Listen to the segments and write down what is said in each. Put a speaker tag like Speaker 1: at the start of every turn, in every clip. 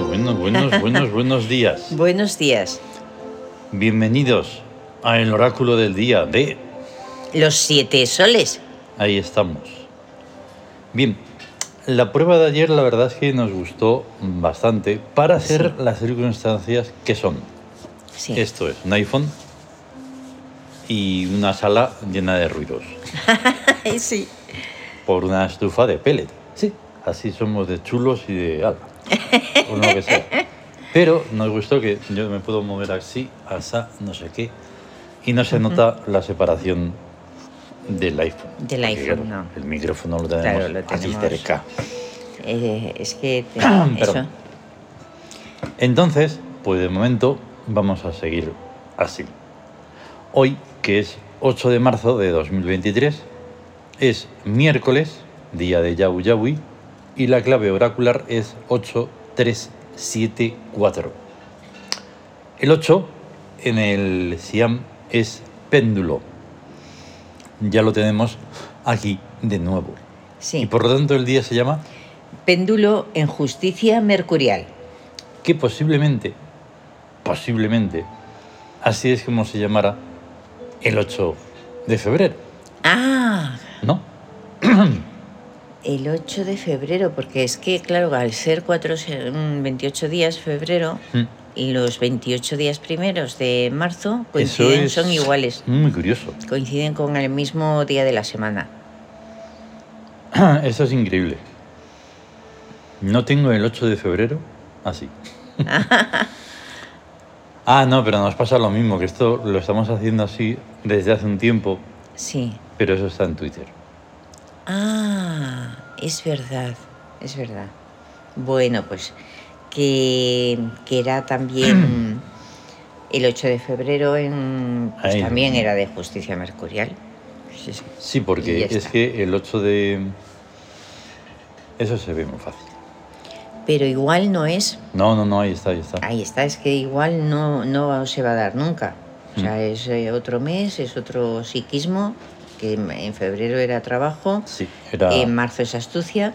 Speaker 1: buenos, buenos, buenos días.
Speaker 2: Buenos días.
Speaker 1: Bienvenidos a el oráculo del día de...
Speaker 2: Los siete soles.
Speaker 1: Ahí estamos. Bien, la prueba de ayer la verdad es que nos gustó bastante para hacer las circunstancias que son.
Speaker 2: Sí.
Speaker 1: Esto es un iPhone y una sala llena de ruidos
Speaker 2: sí.
Speaker 1: por una estufa de pellet. Sí, así somos de chulos y de algo, o lo que sea. Pero nos gustó que yo me puedo mover así, asa, no sé qué, y no se nota la separación del iPhone.
Speaker 2: Del
Speaker 1: Porque,
Speaker 2: iPhone, no.
Speaker 1: El micrófono lo tenemos,
Speaker 2: Claro, lo
Speaker 1: aquí
Speaker 2: tenemos.
Speaker 1: cerca.
Speaker 2: Eh, es que te- eso.
Speaker 1: Perdón. Entonces, pues de momento vamos a seguir así. Hoy, que es 8 de marzo de 2023, es miércoles, día de Yahu Yahui, y la clave oracular es 8374. El 8 en el Siam es péndulo. Ya lo tenemos aquí de nuevo.
Speaker 2: Sí.
Speaker 1: Y por lo tanto el día se llama
Speaker 2: Péndulo en justicia mercurial.
Speaker 1: que posiblemente, posiblemente, así es como se llamará el 8 de febrero,
Speaker 2: Ah,
Speaker 1: ¿no?
Speaker 2: el 8 de febrero, porque es que, claro, al ser cuatro, se- mm, 28 días febrero,
Speaker 1: Mm.
Speaker 2: los 28 días primeros de marzo
Speaker 1: Pues Eso
Speaker 2: coinciden,
Speaker 1: es
Speaker 2: son iguales.
Speaker 1: Muy curioso.
Speaker 2: Coinciden con el mismo día de la semana.
Speaker 1: Eso es increíble. No tengo el 8 de febrero así. ah, no, pero nos pasa lo mismo, que esto lo estamos haciendo así desde hace un tiempo,
Speaker 2: Sí.
Speaker 1: pero eso está en Twitter.
Speaker 2: Ah, es verdad, es verdad. Bueno, pues que, que era también el 8 de febrero, en, pues
Speaker 1: Ahí.
Speaker 2: también era de justicia mercurial. Sí, sí.
Speaker 1: Sí,
Speaker 2: Y
Speaker 1: porque
Speaker 2: ya
Speaker 1: es
Speaker 2: está.
Speaker 1: que el 8 de... Eso se ve muy fácil.
Speaker 2: Pero igual no es,
Speaker 1: No, no, no, ahí está, ahí está.
Speaker 2: ahí está, es que igual no, no se va a dar nunca. O sea,
Speaker 1: Mm.
Speaker 2: es eh, otro mes, es otro psiquismo, que en- en febrero era trabajo,
Speaker 1: Sí, era,
Speaker 2: en marzo es astucia.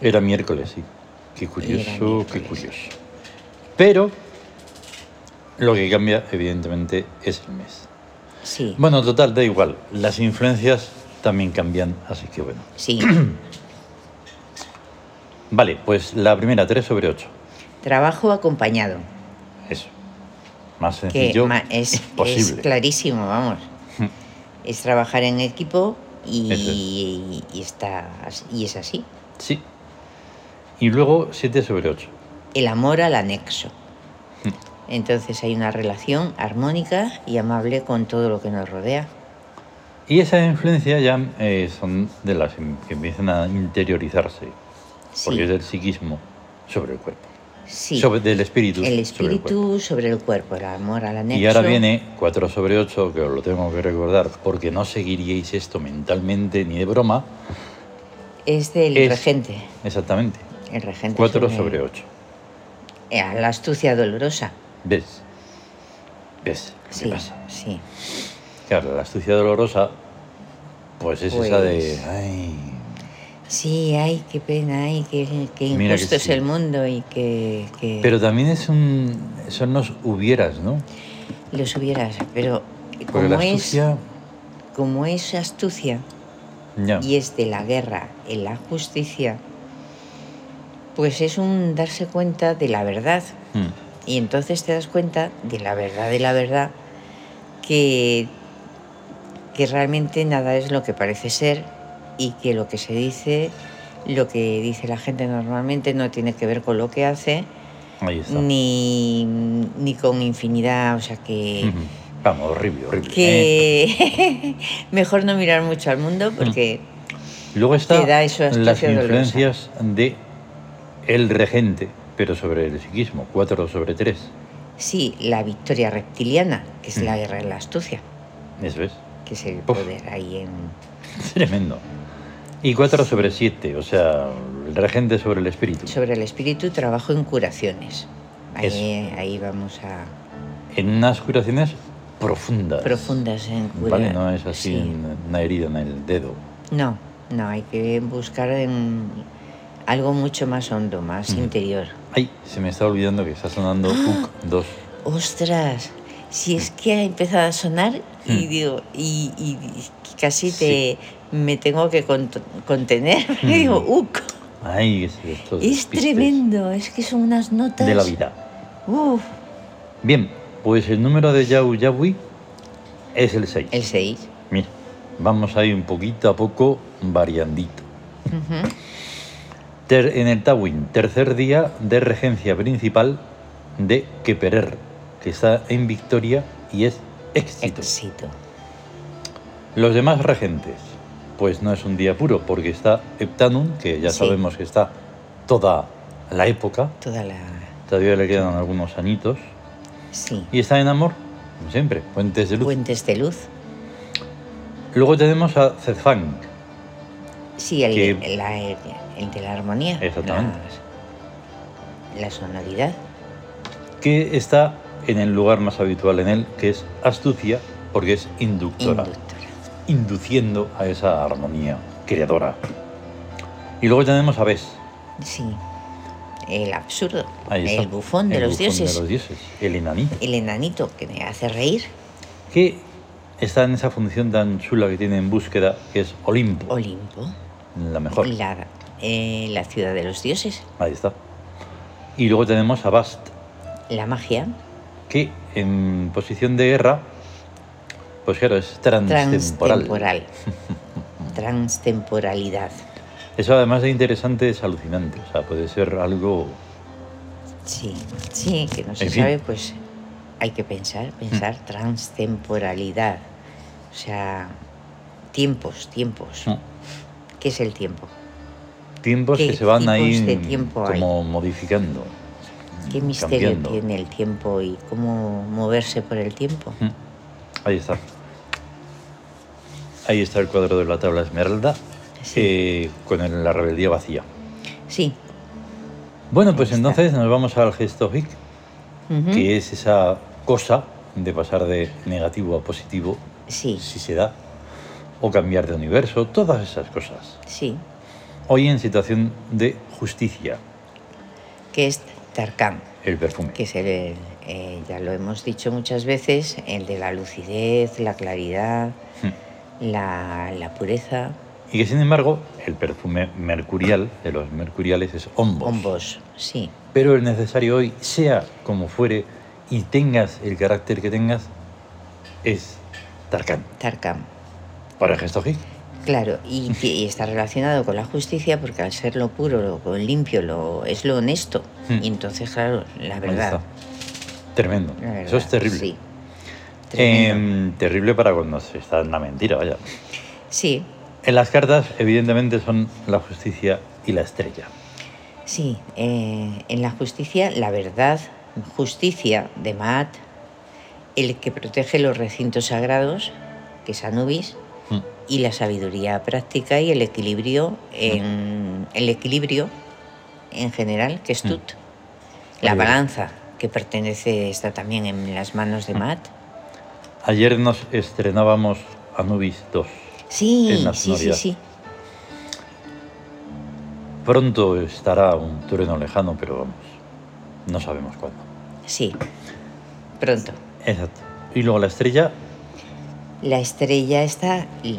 Speaker 1: era miércoles, sí. Qué
Speaker 2: Era
Speaker 1: curioso,
Speaker 2: miércoles.
Speaker 1: qué curioso. Pero lo que cambia, evidentemente, es el mes.
Speaker 2: Sí,
Speaker 1: Bueno, total, da igual. Las influencias también cambian, así que bueno.
Speaker 2: sí.
Speaker 1: Vale, pues la primera, 3 sobre 8.
Speaker 2: Trabajo acompañado.
Speaker 1: Eso. Más
Speaker 2: que
Speaker 1: sencillo.
Speaker 2: ma- es, es
Speaker 1: imposible.
Speaker 2: clarísimo, vamos.
Speaker 1: Mm.
Speaker 2: Es trabajar en equipo y,
Speaker 1: Eso es.
Speaker 2: y está, as- y es así.
Speaker 1: Sí. Y luego 7 sobre 8.
Speaker 2: El amor al anexo. Entonces hay una relación armónica y amable con todo lo que nos rodea.
Speaker 1: Y esa influencia ya eh, son de las em, que empiezan a interiorizarse.
Speaker 2: Sí,
Speaker 1: Porque es del psiquismo sobre el cuerpo.
Speaker 2: sí.
Speaker 1: Sobre, del espíritu. sobre
Speaker 2: el
Speaker 1: cuerpo.
Speaker 2: espíritu sobre el cuerpo, el amor al anexo.
Speaker 1: Y ahora viene 4 sobre 8, que os lo tengo que recordar, porque no seguiríais esto mentalmente ni de broma.
Speaker 2: Es del
Speaker 1: es-
Speaker 2: regente.
Speaker 1: Exactamente.
Speaker 2: El regente
Speaker 1: 4 sobre 8.
Speaker 2: Eh, a la astucia dolorosa.
Speaker 1: ¿Ves? ¿Ves? ¿Qué
Speaker 2: Sí,
Speaker 1: pasa?
Speaker 2: sí.
Speaker 1: Claro, la astucia dolorosa, pues es esa de...
Speaker 2: Pues-
Speaker 1: Ay,
Speaker 2: Sí, ay, qué pena, ay, qué, qué
Speaker 1: Mira que
Speaker 2: injusto es
Speaker 1: sí.
Speaker 2: el mundo y que, que
Speaker 1: pero también es un, son los hubieras, ¿no?
Speaker 2: los hubieras. Pero
Speaker 1: Porque
Speaker 2: como
Speaker 1: la
Speaker 2: es,
Speaker 1: astucia...
Speaker 2: como es astucia
Speaker 1: ya.
Speaker 2: y es de la guerra en la justicia, pues es un darse cuenta de la verdad.
Speaker 1: Mm.
Speaker 2: Y entonces te das cuenta de la verdad, de la verdad, que, que realmente nada es lo que parece ser y que lo que se dice, lo que dice la gente normalmente no tiene que ver con lo que hace.
Speaker 1: Ahí está.
Speaker 2: ni, ni con infinidad, o sea que,
Speaker 1: Ujú. Vamos, horrible, horrible. ¿eh?
Speaker 2: que mejor no mirar mucho al mundo porque
Speaker 1: Luego
Speaker 2: Te
Speaker 1: está
Speaker 2: da eso astucia
Speaker 1: las
Speaker 2: dolorosa.
Speaker 1: influencias de el regente, pero sobre el psiquismo, 4 sobre 3.
Speaker 2: sí, la victoria reptiliana, que es la
Speaker 1: Mm.
Speaker 2: guerra de la astucia,
Speaker 1: Eso es.
Speaker 2: que es el
Speaker 1: Uf.
Speaker 2: poder ahí en...
Speaker 1: Tremendo. Y 4 sobre 7, o sea, el regente sobre el espíritu.
Speaker 2: Sobre el espíritu trabajo en curaciones. Ahí,
Speaker 1: Eso.
Speaker 2: ahí vamos a
Speaker 1: En unas curaciones profundas.
Speaker 2: profundas en cura.
Speaker 1: Vale, no es así
Speaker 2: sí.
Speaker 1: en- una herida en el dedo.
Speaker 2: No, no, hay que buscar en algo mucho más hondo, más
Speaker 1: Ujú.
Speaker 2: interior.
Speaker 1: Ay, se me está olvidando que está sonando
Speaker 2: Ah.
Speaker 1: UC 2.
Speaker 2: Ostras, si es que ha empezado a sonar y
Speaker 1: Mm.
Speaker 2: digo, y, y- y casi
Speaker 1: Sí.
Speaker 2: te me tengo que cont- contener. Y digo,
Speaker 1: Mm.
Speaker 2: uc,
Speaker 1: Ay, es, estos
Speaker 2: es
Speaker 1: despistes
Speaker 2: tremendo, es que son unas notas.
Speaker 1: De la vida.
Speaker 2: Uf,
Speaker 1: Bien, pues el número de Yau Yahui es el 6.
Speaker 2: el 6.
Speaker 1: Mira, vamos ahí un poquito a poco variandito. Ter- en el Tawin, tercer día de regencia principal de Keperer, que está en victoria y es éxito.
Speaker 2: Éxito.
Speaker 1: Los demás regentes, pues no es un día puro, porque está Heptanum, que ya
Speaker 2: Sí.
Speaker 1: sabemos que está toda la época,
Speaker 2: Toda la.
Speaker 1: todavía le quedan algunos añitos,
Speaker 2: Sí.
Speaker 1: y está en amor, como siempre, Puentes de Luz.
Speaker 2: Puentes de luz.
Speaker 1: Luego tenemos a Zedfang,
Speaker 2: Sí, el,
Speaker 1: Que-
Speaker 2: la- el de la armonía.
Speaker 1: Exactamente.
Speaker 2: La, la sonoridad.
Speaker 1: que está en el lugar más habitual en él, que es Astucia, porque es inductora,
Speaker 2: Inductora.
Speaker 1: induciendo a esa armonía creadora. Y luego tenemos a Bes,
Speaker 2: Sí. El absurdo.
Speaker 1: ahí está,
Speaker 2: El bufón de
Speaker 1: el
Speaker 2: los
Speaker 1: bufón
Speaker 2: dioses.
Speaker 1: los dioses, el enanito.
Speaker 2: El enanito que me hace reír.
Speaker 1: que está en esa función tan chula que tiene en búsqueda, que es Olimpo,
Speaker 2: Olimpo.
Speaker 1: la mejor.
Speaker 2: La, eh, la ciudad de los dioses.
Speaker 1: Ahí está. Y luego tenemos a Bast,
Speaker 2: La magia.
Speaker 1: que en posición de guerra, pues claro, es transtemporal.
Speaker 2: Transtemporal. Transtemporalidad.
Speaker 1: Eso además de interesante es alucinante, o sea, puede ser algo...
Speaker 2: Sí, sí, que no se
Speaker 1: En fin. Mm.
Speaker 2: sabe, pues hay que pensar, pensar transtemporalidad. O sea, tiempos, tiempos.
Speaker 1: ¿no?
Speaker 2: ¿Qué es el tiempo?
Speaker 1: Tiempos
Speaker 2: ¿Qué
Speaker 1: que se van ahí
Speaker 2: tipos de tiempo hay?
Speaker 1: como modificando.
Speaker 2: ¿Qué misterio
Speaker 1: Mm, cambiando.
Speaker 2: tiene el tiempo y cómo moverse por el tiempo?
Speaker 1: Mm. Ahí está. Ahí está el cuadro de la tabla esmeralda
Speaker 2: Sí.
Speaker 1: eh, con el- la rebeldía vacía.
Speaker 2: Sí.
Speaker 1: Bueno,
Speaker 2: Ahí
Speaker 1: pues
Speaker 2: está. Mm.
Speaker 1: entonces nos vamos al gesto hic,
Speaker 2: ujú,
Speaker 1: que es esa cosa de pasar de negativo a positivo,
Speaker 2: Sí,
Speaker 1: si se da, o cambiar de universo, todas esas cosas.
Speaker 2: sí.
Speaker 1: Hoy en situación de justicia,
Speaker 2: Que es Tarkam,
Speaker 1: el perfume.
Speaker 2: que es el, eh, ya lo hemos dicho muchas veces, el de la lucidez, la claridad,
Speaker 1: Mm.
Speaker 2: la, la pureza.
Speaker 1: Y que sin embargo, el perfume mercurial de los mercuriales es hombos.
Speaker 2: Hombos, sí.
Speaker 1: Pero el necesario hoy, sea como fuere y tengas el carácter que tengas, es Tarkan.
Speaker 2: Tarkam.
Speaker 1: Para el gesto hic.
Speaker 2: Claro, y, que- y está relacionado con la justicia porque al ser lo puro, lo, lo limpio, lo, es lo honesto.
Speaker 1: Hmm.
Speaker 2: Y entonces, claro, la
Speaker 1: Ahí
Speaker 2: verdad.
Speaker 1: está. Tremendo.
Speaker 2: la verdad,
Speaker 1: Eso es terrible.
Speaker 2: Sí. Tremendo.
Speaker 1: Em, terrible para cuando se está en la mentira, vaya.
Speaker 2: sí,
Speaker 1: En las cartas, evidentemente, son la justicia y la estrella.
Speaker 2: sí. eh, en la justicia, la verdad, justicia de Maat, el que protege los recintos sagrados, que es Anubis,
Speaker 1: Mm.
Speaker 2: y la sabiduría práctica y el equilibrio en, el equilibrio en general, que es
Speaker 1: Mm.
Speaker 2: Tut. La
Speaker 1: Ahí va.
Speaker 2: balanza, que pertenece, está también en las manos de
Speaker 1: Mm.
Speaker 2: Matt.
Speaker 1: Ayer nos estrenábamos Anubis 2.
Speaker 2: Sí,
Speaker 1: En la
Speaker 2: sí, sí,
Speaker 1: sonoridad.
Speaker 2: sí.
Speaker 1: Pronto estará un trueno lejano, pero vamos, no sabemos cuándo.
Speaker 2: Sí. Pronto.
Speaker 1: Exacto. Y luego la estrella,
Speaker 2: La estrella está el,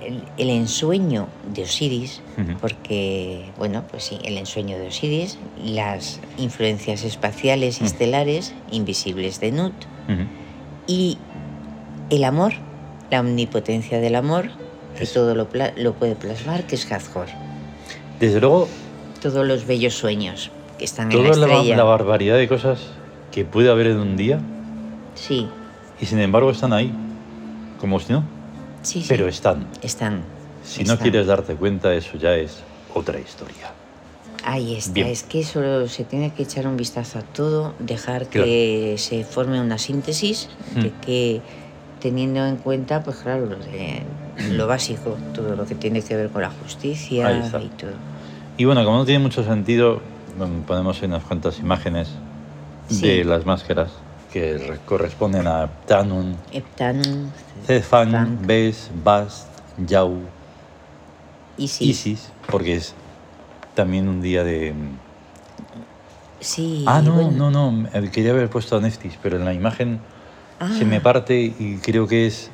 Speaker 2: el- el ensueño de Osiris,
Speaker 1: Ujú.
Speaker 2: porque, bueno, pues sí, el ensueño de Osiris, las influencias espaciales y
Speaker 1: Mm.
Speaker 2: estelares invisibles de Nut,
Speaker 1: ujú,
Speaker 2: Y el amor, la omnipotencia del amor, que
Speaker 1: Eso.
Speaker 2: todo lo, pla- lo puede plasmar, que es Hathor.
Speaker 1: desde luego,
Speaker 2: Todos los bellos sueños que están en la
Speaker 1: toda la, ba-
Speaker 2: estrella.
Speaker 1: la barbaridad de cosas que puede haber en un día
Speaker 2: sí,
Speaker 1: y sin embargo están ahí, como si no,
Speaker 2: sí, sí.
Speaker 1: pero están.
Speaker 2: están.
Speaker 1: Si no
Speaker 2: están.
Speaker 1: quieres darte cuenta, eso ya es otra historia.
Speaker 2: Ahí está.
Speaker 1: Bien.
Speaker 2: Es que solo se tiene que echar un vistazo a todo, dejar
Speaker 1: Claro.
Speaker 2: que se forme una síntesis de
Speaker 1: Mm.
Speaker 2: que teniendo en cuenta, pues claro, lo, de- lo básico, todo lo que tiene que ver con la
Speaker 1: Mm. Ahí
Speaker 2: justicia
Speaker 1: está.
Speaker 2: y todo.
Speaker 1: Y bueno, como no tiene mucho sentido, mm, ponemos ahí unas cuantas imágenes
Speaker 2: Sí.
Speaker 1: de las máscaras que re- corresponden a Tanun,
Speaker 2: Heptan,
Speaker 1: Cefan,
Speaker 2: Tank.
Speaker 1: Bes, Bast, Yau,
Speaker 2: Isis,
Speaker 1: Isis, porque es también un día de...
Speaker 2: Sí.
Speaker 1: Ah, no,
Speaker 2: bueno.
Speaker 1: no, no, eh, quería haber puesto a Neftis, pero en la imagen se me
Speaker 2: Ah.
Speaker 1: parte y creo que es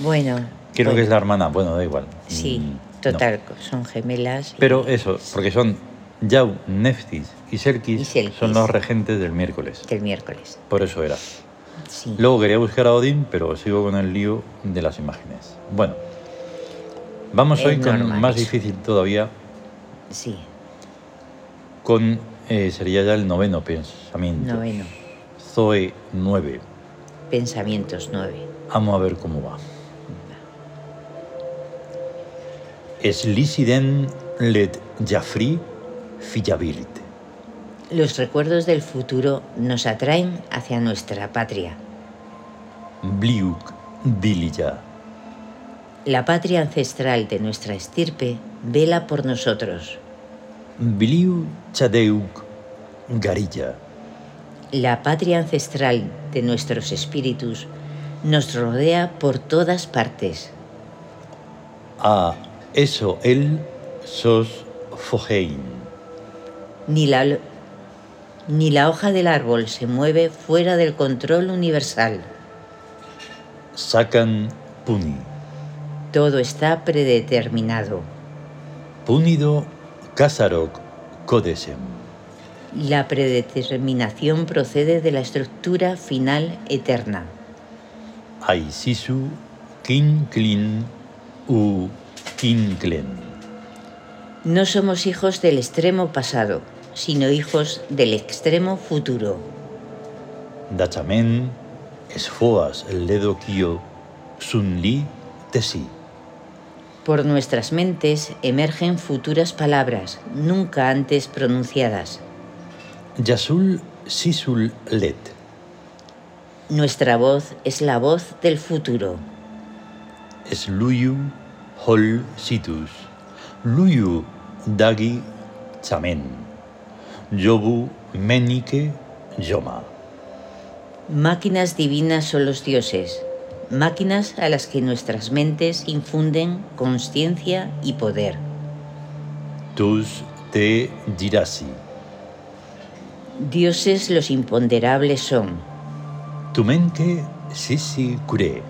Speaker 2: Bueno.
Speaker 1: creo
Speaker 2: bueno,
Speaker 1: que es la hermana, bueno, da igual. Mm,
Speaker 2: Sí,
Speaker 1: no.
Speaker 2: total, son gemelas. y-
Speaker 1: Pero eso, porque son Yau, Neftis y Selkis,
Speaker 2: Y Selkis.
Speaker 1: son los regentes del miércoles.
Speaker 2: Del miércoles.
Speaker 1: Por eso era.
Speaker 2: Sí.
Speaker 1: Luego quería buscar a Odín, pero sigo con el lío de las imágenes. Bueno, vamos
Speaker 2: Es
Speaker 1: hoy con
Speaker 2: normal
Speaker 1: más
Speaker 2: eso.
Speaker 1: difícil todavía,
Speaker 2: Sí,
Speaker 1: con eh, sería ya el noveno pensamiento.
Speaker 2: noveno.
Speaker 1: Zoe 9.
Speaker 2: Pensamientos nueve.
Speaker 1: Vamos a ver cómo va. Sliciden let Jafri fillavirte.
Speaker 2: Los recuerdos del futuro nos atraen hacia nuestra patria.
Speaker 1: Bliuk dilija.
Speaker 2: La patria ancestral de nuestra estirpe vela por nosotros.
Speaker 1: Bliu chadeuk garilla.
Speaker 2: La patria ancestral de nuestros espíritus nos rodea por todas partes.
Speaker 1: A eso el sos fogein.
Speaker 2: Ni la, ni la hoja del árbol se mueve fuera del control universal.
Speaker 1: Sacan puni.
Speaker 2: Todo está predeterminado.
Speaker 1: Punido casarok codesem.
Speaker 2: La predeterminación procede de la estructura final eterna.
Speaker 1: Aisisu kinklin u kinklen.
Speaker 2: No somos hijos del extremo pasado, sino hijos del extremo futuro.
Speaker 1: Dachamen, esfoas el dedo kio, sunli tesi.
Speaker 2: Por nuestras mentes emergen futuras palabras nunca antes pronunciadas.
Speaker 1: Yasul sisul let,
Speaker 2: Nuestra voz es la voz del futuro.
Speaker 1: esluyu hol situs, luyu dagi chamen, yobu menike yoma.
Speaker 2: Máquinas divinas son los dioses, máquinas a las que nuestras mentes infunden conciencia y poder.
Speaker 1: Tus te dirasi,
Speaker 2: Dioses los imponderables son.
Speaker 1: tumenke sisi kure,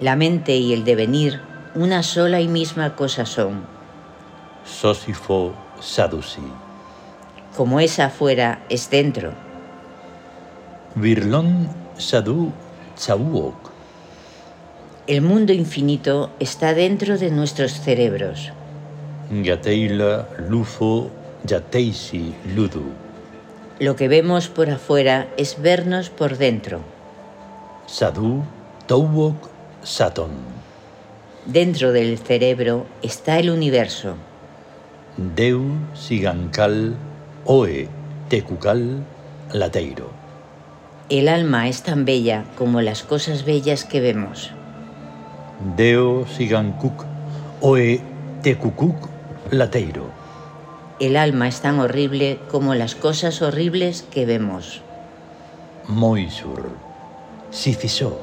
Speaker 2: La mente y el devenir una sola y misma cosa son.
Speaker 1: sosifo sadusi,
Speaker 2: Como es afuera, es dentro.
Speaker 1: virlon sadu chauok.
Speaker 2: El mundo infinito está dentro de nuestros cerebros.
Speaker 1: Gateila, Lufo, Yateisi, Ludu,
Speaker 2: Lo que vemos por afuera es vernos por dentro.
Speaker 1: Sadu, Touwok, Saton,
Speaker 2: Dentro del cerebro está el universo.
Speaker 1: Deu, Sigankal, Oe, Tecucal, Lateiro,
Speaker 2: El alma es tan bella como las cosas bellas que vemos.
Speaker 1: Deo, Sigankuk, Oe, Tecucuc, Lateiro,
Speaker 2: El alma es tan horrible como las cosas horribles que vemos.
Speaker 1: Moisur, Sifiso,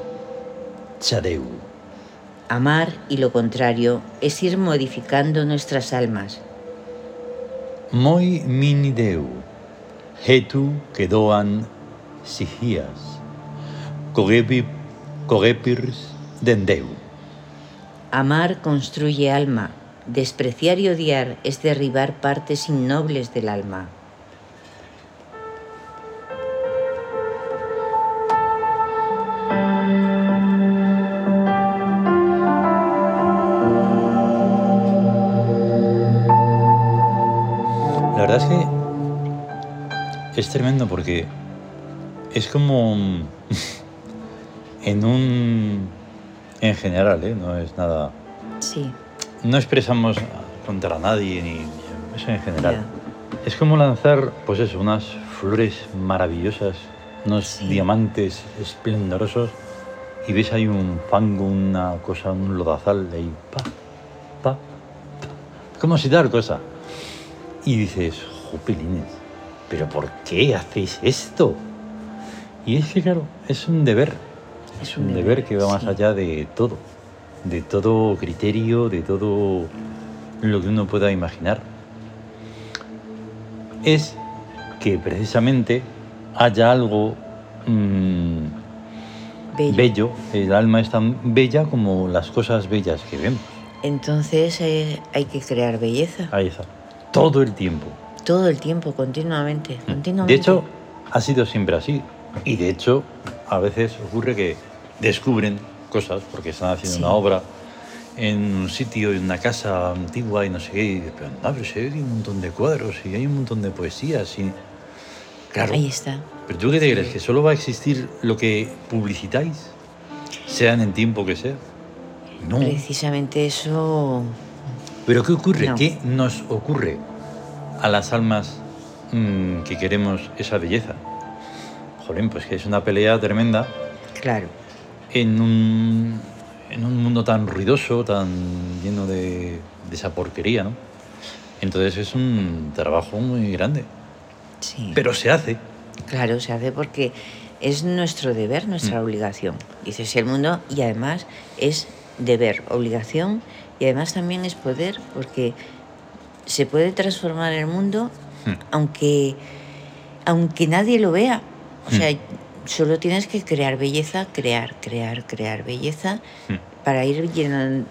Speaker 1: Chadeu,
Speaker 2: Amar y lo contrario es ir modificando nuestras almas.
Speaker 1: Moi minideu, hetu kedoan sigias, Kogebi, kogepirs dendeu,
Speaker 2: Amar construye alma. Despreciar y odiar es derribar partes innobles del alma.
Speaker 1: La verdad es que es tremendo porque es como mm, en un... En general, ¿eh? no es nada...
Speaker 2: Sí,
Speaker 1: No expresamos contra nadie ni... ni- Eso en general. Es como lanzar, pues eso, unas flores maravillosas, unos
Speaker 2: Sí.
Speaker 1: diamantes esplendorosos y ves ahí un fango, una cosa, un lodazal ahí, pa, pa, pa. Como si tal cosa. Y dices, jopelines, ¿pero por qué hacéis esto? Y es que, claro, es un deber. Es un deber que va más
Speaker 2: sí.
Speaker 1: allá de todo. De todo criterio, de todo lo que uno pueda imaginar. es que precisamente haya algo mm,
Speaker 2: Bello.
Speaker 1: bello. El alma es tan bella como las cosas bellas que vemos.
Speaker 2: Entonces eh, hay que crear belleza.
Speaker 1: Ahí está. Todo el tiempo.
Speaker 2: Todo el tiempo, continuamente. continuamente.
Speaker 1: Mm. De hecho, ha sido siempre así. Y de hecho, a veces ocurre que descubren cosas porque están haciendo
Speaker 2: Sí.
Speaker 1: una obra en un sitio, en una casa antigua y no sé qué. Y dicen, "Ah, pero si hay un montón de cuadros y hay un montón de poesías. Y... Claro.
Speaker 2: Ahí está.
Speaker 1: ¿Pero tú qué te crees? ¿Que solo va a existir lo que publicitáis? Sean en tiempo que sea. No.
Speaker 2: Precisamente eso.
Speaker 1: ¿Pero qué ocurre?
Speaker 2: No.
Speaker 1: ¿Qué nos ocurre a las almas mm, que queremos esa belleza? Jolín, pues que es una pelea tremenda
Speaker 2: Claro.
Speaker 1: en un, en un mundo tan ruidoso, tan lleno de, de esa porquería, ¿no? Entonces es un trabajo muy grande.
Speaker 2: Sí.
Speaker 1: Pero se hace.
Speaker 2: Claro, se hace porque es nuestro deber, nuestra
Speaker 1: Mm.
Speaker 2: obligación. Dices el mundo y además es deber, obligación y además también es poder porque se puede transformar el mundo
Speaker 1: Mm.
Speaker 2: aunque, aunque nadie lo vea. O
Speaker 1: Mm.
Speaker 2: sea, solo tienes que crear belleza, crear, crear, crear belleza
Speaker 1: Mm.
Speaker 2: para ir llenando,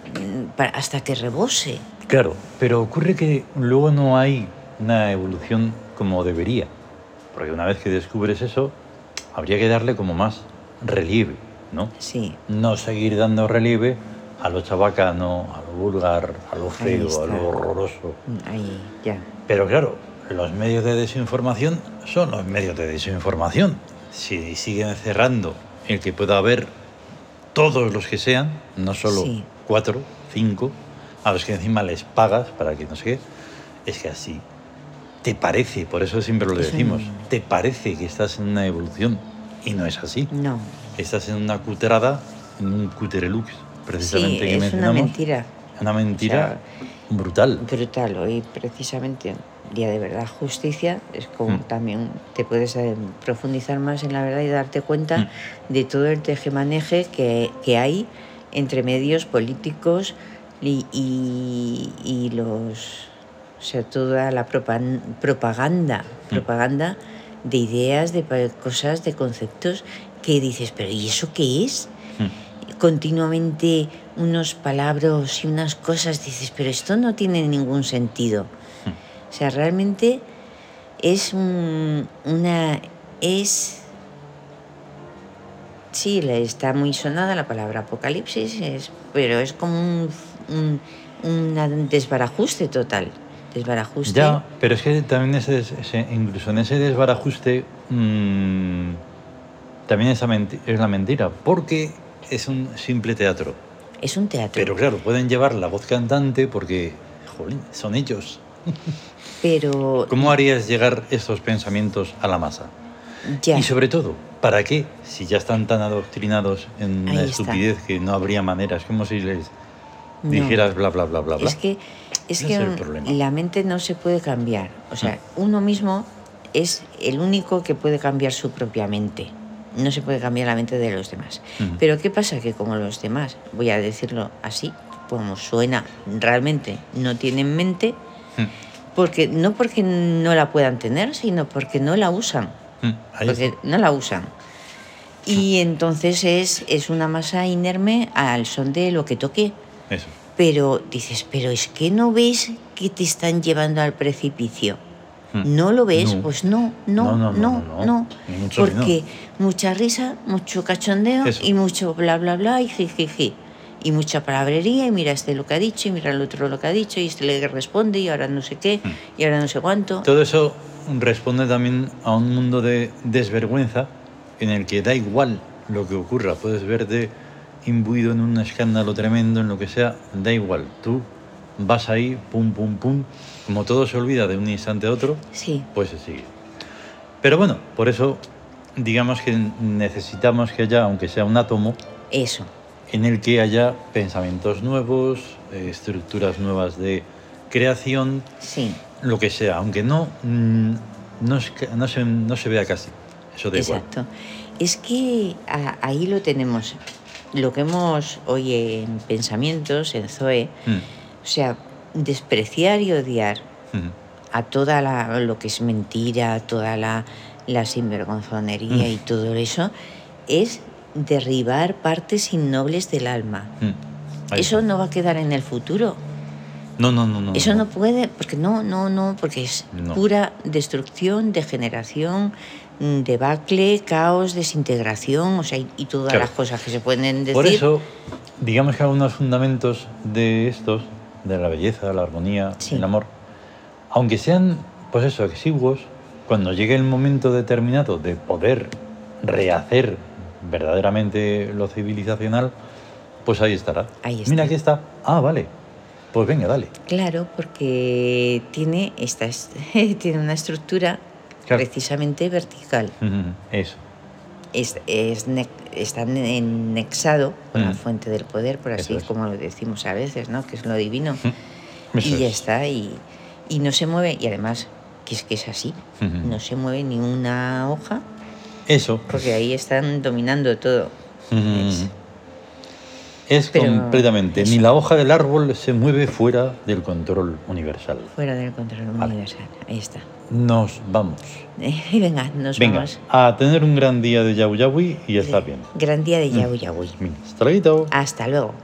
Speaker 2: para- hasta que rebose.
Speaker 1: Claro, pero ocurre que luego no hay una evolución como debería. Porque una vez que descubres eso, habría que darle como más relieve, ¿no?
Speaker 2: Sí,
Speaker 1: no seguir dando relieve a lo chabacano, a lo vulgar, a lo feo,
Speaker 2: está.
Speaker 1: a lo horroroso.
Speaker 2: ahí, ya.
Speaker 1: Pero claro, los medios de desinformación son los medios de desinformación. Si siguen cerrando el que pueda haber todos los que sean, no solo
Speaker 2: Sí.
Speaker 1: cuatro, cinco, a los que encima les pagas para que no sé qué, es que así te parece, por eso siempre lo
Speaker 2: Es un-
Speaker 1: decimos, te parece que estás en una evolución y no es así
Speaker 2: No,
Speaker 1: estás en una cuterada, en un cuterelux,
Speaker 2: sí,
Speaker 1: precisamente que
Speaker 2: es una
Speaker 1: mencionamos.
Speaker 2: mentira.
Speaker 1: Una mentira brutal.
Speaker 2: brutal hoy precisamente día de verdad justicia es como
Speaker 1: Mm.
Speaker 2: también te puedes eh, profundizar más en la verdad y darte cuenta
Speaker 1: Mm.
Speaker 2: de todo el tejemaneje que, que hay entre medios políticos y, y- y los o sea toda la propan- propaganda
Speaker 1: Mm.
Speaker 2: propaganda de ideas de pa- cosas de conceptos que dices pero y eso qué es
Speaker 1: Mm.
Speaker 2: continuamente unos palabras y unas cosas, dices, pero esto no tiene ningún sentido.
Speaker 1: hmm.
Speaker 2: O sea, realmente es un- una... es... Sí, le está muy sonada la palabra apocalipsis, es- pero es como un, un, un desbarajuste total. Desbarajuste.
Speaker 1: Ya, pero es que también ese, des- ese- incluso en ese desbarajuste mm, también esa menti- es la mentira, porque es un simple teatro.
Speaker 2: Es un teatro.
Speaker 1: Pero claro, pueden llevar la voz cantante porque, jolín, son ellos.
Speaker 2: Pero
Speaker 1: ¿Cómo harías llegar estos pensamientos a la masa?
Speaker 2: ya.
Speaker 1: Y sobre todo, ¿para qué? Si ya están tan adoctrinados en una
Speaker 2: Ahí está.
Speaker 1: estupidez que no habría manera. Es como si les
Speaker 2: No.
Speaker 1: dijeras bla, bla, bla, bla, bla.
Speaker 2: Es que, es
Speaker 1: Ese
Speaker 2: que
Speaker 1: es el
Speaker 2: un-
Speaker 1: problema. Mm.
Speaker 2: la mente no se puede cambiar. O sea, uno mismo es el único que puede cambiar su propia mente. No se puede cambiar la mente de los demás.
Speaker 1: Ujú.
Speaker 2: Pero ¿qué pasa? Que como los demás, voy a decirlo así, como suena realmente, no tienen mente,
Speaker 1: Mm,
Speaker 2: porque no porque no la puedan tener, sino porque no la usan
Speaker 1: mm, ahí
Speaker 2: porque
Speaker 1: está.
Speaker 2: no la usan. Y entonces es, es una masa inerme al son de lo que toque.
Speaker 1: Eso.
Speaker 2: Pero dices, pero es que no ves que te están llevando al precipicio.
Speaker 1: Mm.
Speaker 2: ¿No lo ves?
Speaker 1: No.
Speaker 2: Pues no, no, no, no,
Speaker 1: no, ni mucho
Speaker 2: Porque mucha risa, mucho cachondeo
Speaker 1: Eso.
Speaker 2: y mucho bla, bla, bla y jijiji. Y mucha palabrería y mira este lo que ha dicho y mira el otro lo que ha dicho y este le responde y ahora no sé qué
Speaker 1: Mm.
Speaker 2: y ahora no sé cuánto.
Speaker 1: Todo eso responde también a un mundo de desvergüenza en el que da igual lo que ocurra. Puedes verte imbuido en un escándalo tremendo, en lo que sea, da igual. Tú vas ahí, pum, pum, pum. Como todo se olvida de un instante a otro,
Speaker 2: Sí,
Speaker 1: pues se sigue. Pero bueno, por eso digamos que necesitamos que haya, aunque sea un átomo,
Speaker 2: eso.
Speaker 1: en el que haya pensamientos nuevos, eh, estructuras nuevas de creación,
Speaker 2: Sí,
Speaker 1: lo que sea, aunque no, mm, no, es ca- no, se, no se vea casi. Eso da igual.
Speaker 2: exacto. Es que a- ahí lo tenemos. Lo que hemos hoy en Pensamientos, en Zoe,
Speaker 1: Mm,
Speaker 2: o sea, despreciar y odiar
Speaker 1: mm,
Speaker 2: a toda la- lo que es mentira, a toda la, la sinvergonzonería
Speaker 1: Mm.
Speaker 2: y todo eso, es derribar partes innobles del alma.
Speaker 1: Mm. Ahí
Speaker 2: Eso
Speaker 1: está.
Speaker 2: no va a quedar en el futuro.
Speaker 1: no, no, no, no.
Speaker 2: Eso no
Speaker 1: no.
Speaker 2: puede, porque no, no, no, porque es
Speaker 1: No.
Speaker 2: pura destrucción, degeneración, mm, debacle, caos, desintegración, o sea, y, y todas
Speaker 1: Claro.
Speaker 2: las cosas que se pueden decir.
Speaker 1: Por eso, digamos que algunos fundamentos de estos, de la belleza, la armonía,
Speaker 2: Sí.
Speaker 1: el amor, aunque sean, pues eso, exiguos, cuando llegue el momento determinado de poder rehacer verdaderamente lo civilizacional, pues ahí estará.
Speaker 2: Ahí está.
Speaker 1: Mira, aquí está. Ah, vale. Pues venga, dale.
Speaker 2: Claro, porque tiene, esta, es- tiene una estructura
Speaker 1: Claro.
Speaker 2: precisamente vertical.
Speaker 1: Ujú, Eso.
Speaker 2: Es, es ne- está ne- enexado con la
Speaker 1: Mm.
Speaker 2: fuente del poder, por así
Speaker 1: Eso es. Mm,
Speaker 2: como lo decimos a veces, ¿no? Que es lo divino.
Speaker 1: Eso
Speaker 2: y ya
Speaker 1: es.
Speaker 2: está, y, y no se mueve, y además, que es que es así,
Speaker 1: Ujú.
Speaker 2: no se mueve ni una hoja,
Speaker 1: Eso.
Speaker 2: porque ahí están dominando todo.
Speaker 1: Mm.
Speaker 2: Es-
Speaker 1: Es
Speaker 2: Pero
Speaker 1: completamente. Ni
Speaker 2: eso.
Speaker 1: la hoja del árbol se mueve fuera del control universal.
Speaker 2: Fuera del control
Speaker 1: Vale.
Speaker 2: universal. Ahí está.
Speaker 1: Nos vamos.
Speaker 2: Y venga, nos
Speaker 1: Venga,
Speaker 2: vamos.
Speaker 1: a tener un gran día de Yau Yaui y está bien.
Speaker 2: Gran día de
Speaker 1: Mm.
Speaker 2: Yabu Yabu.
Speaker 1: Venga, Hasta luego.
Speaker 2: Hasta luego. Ah.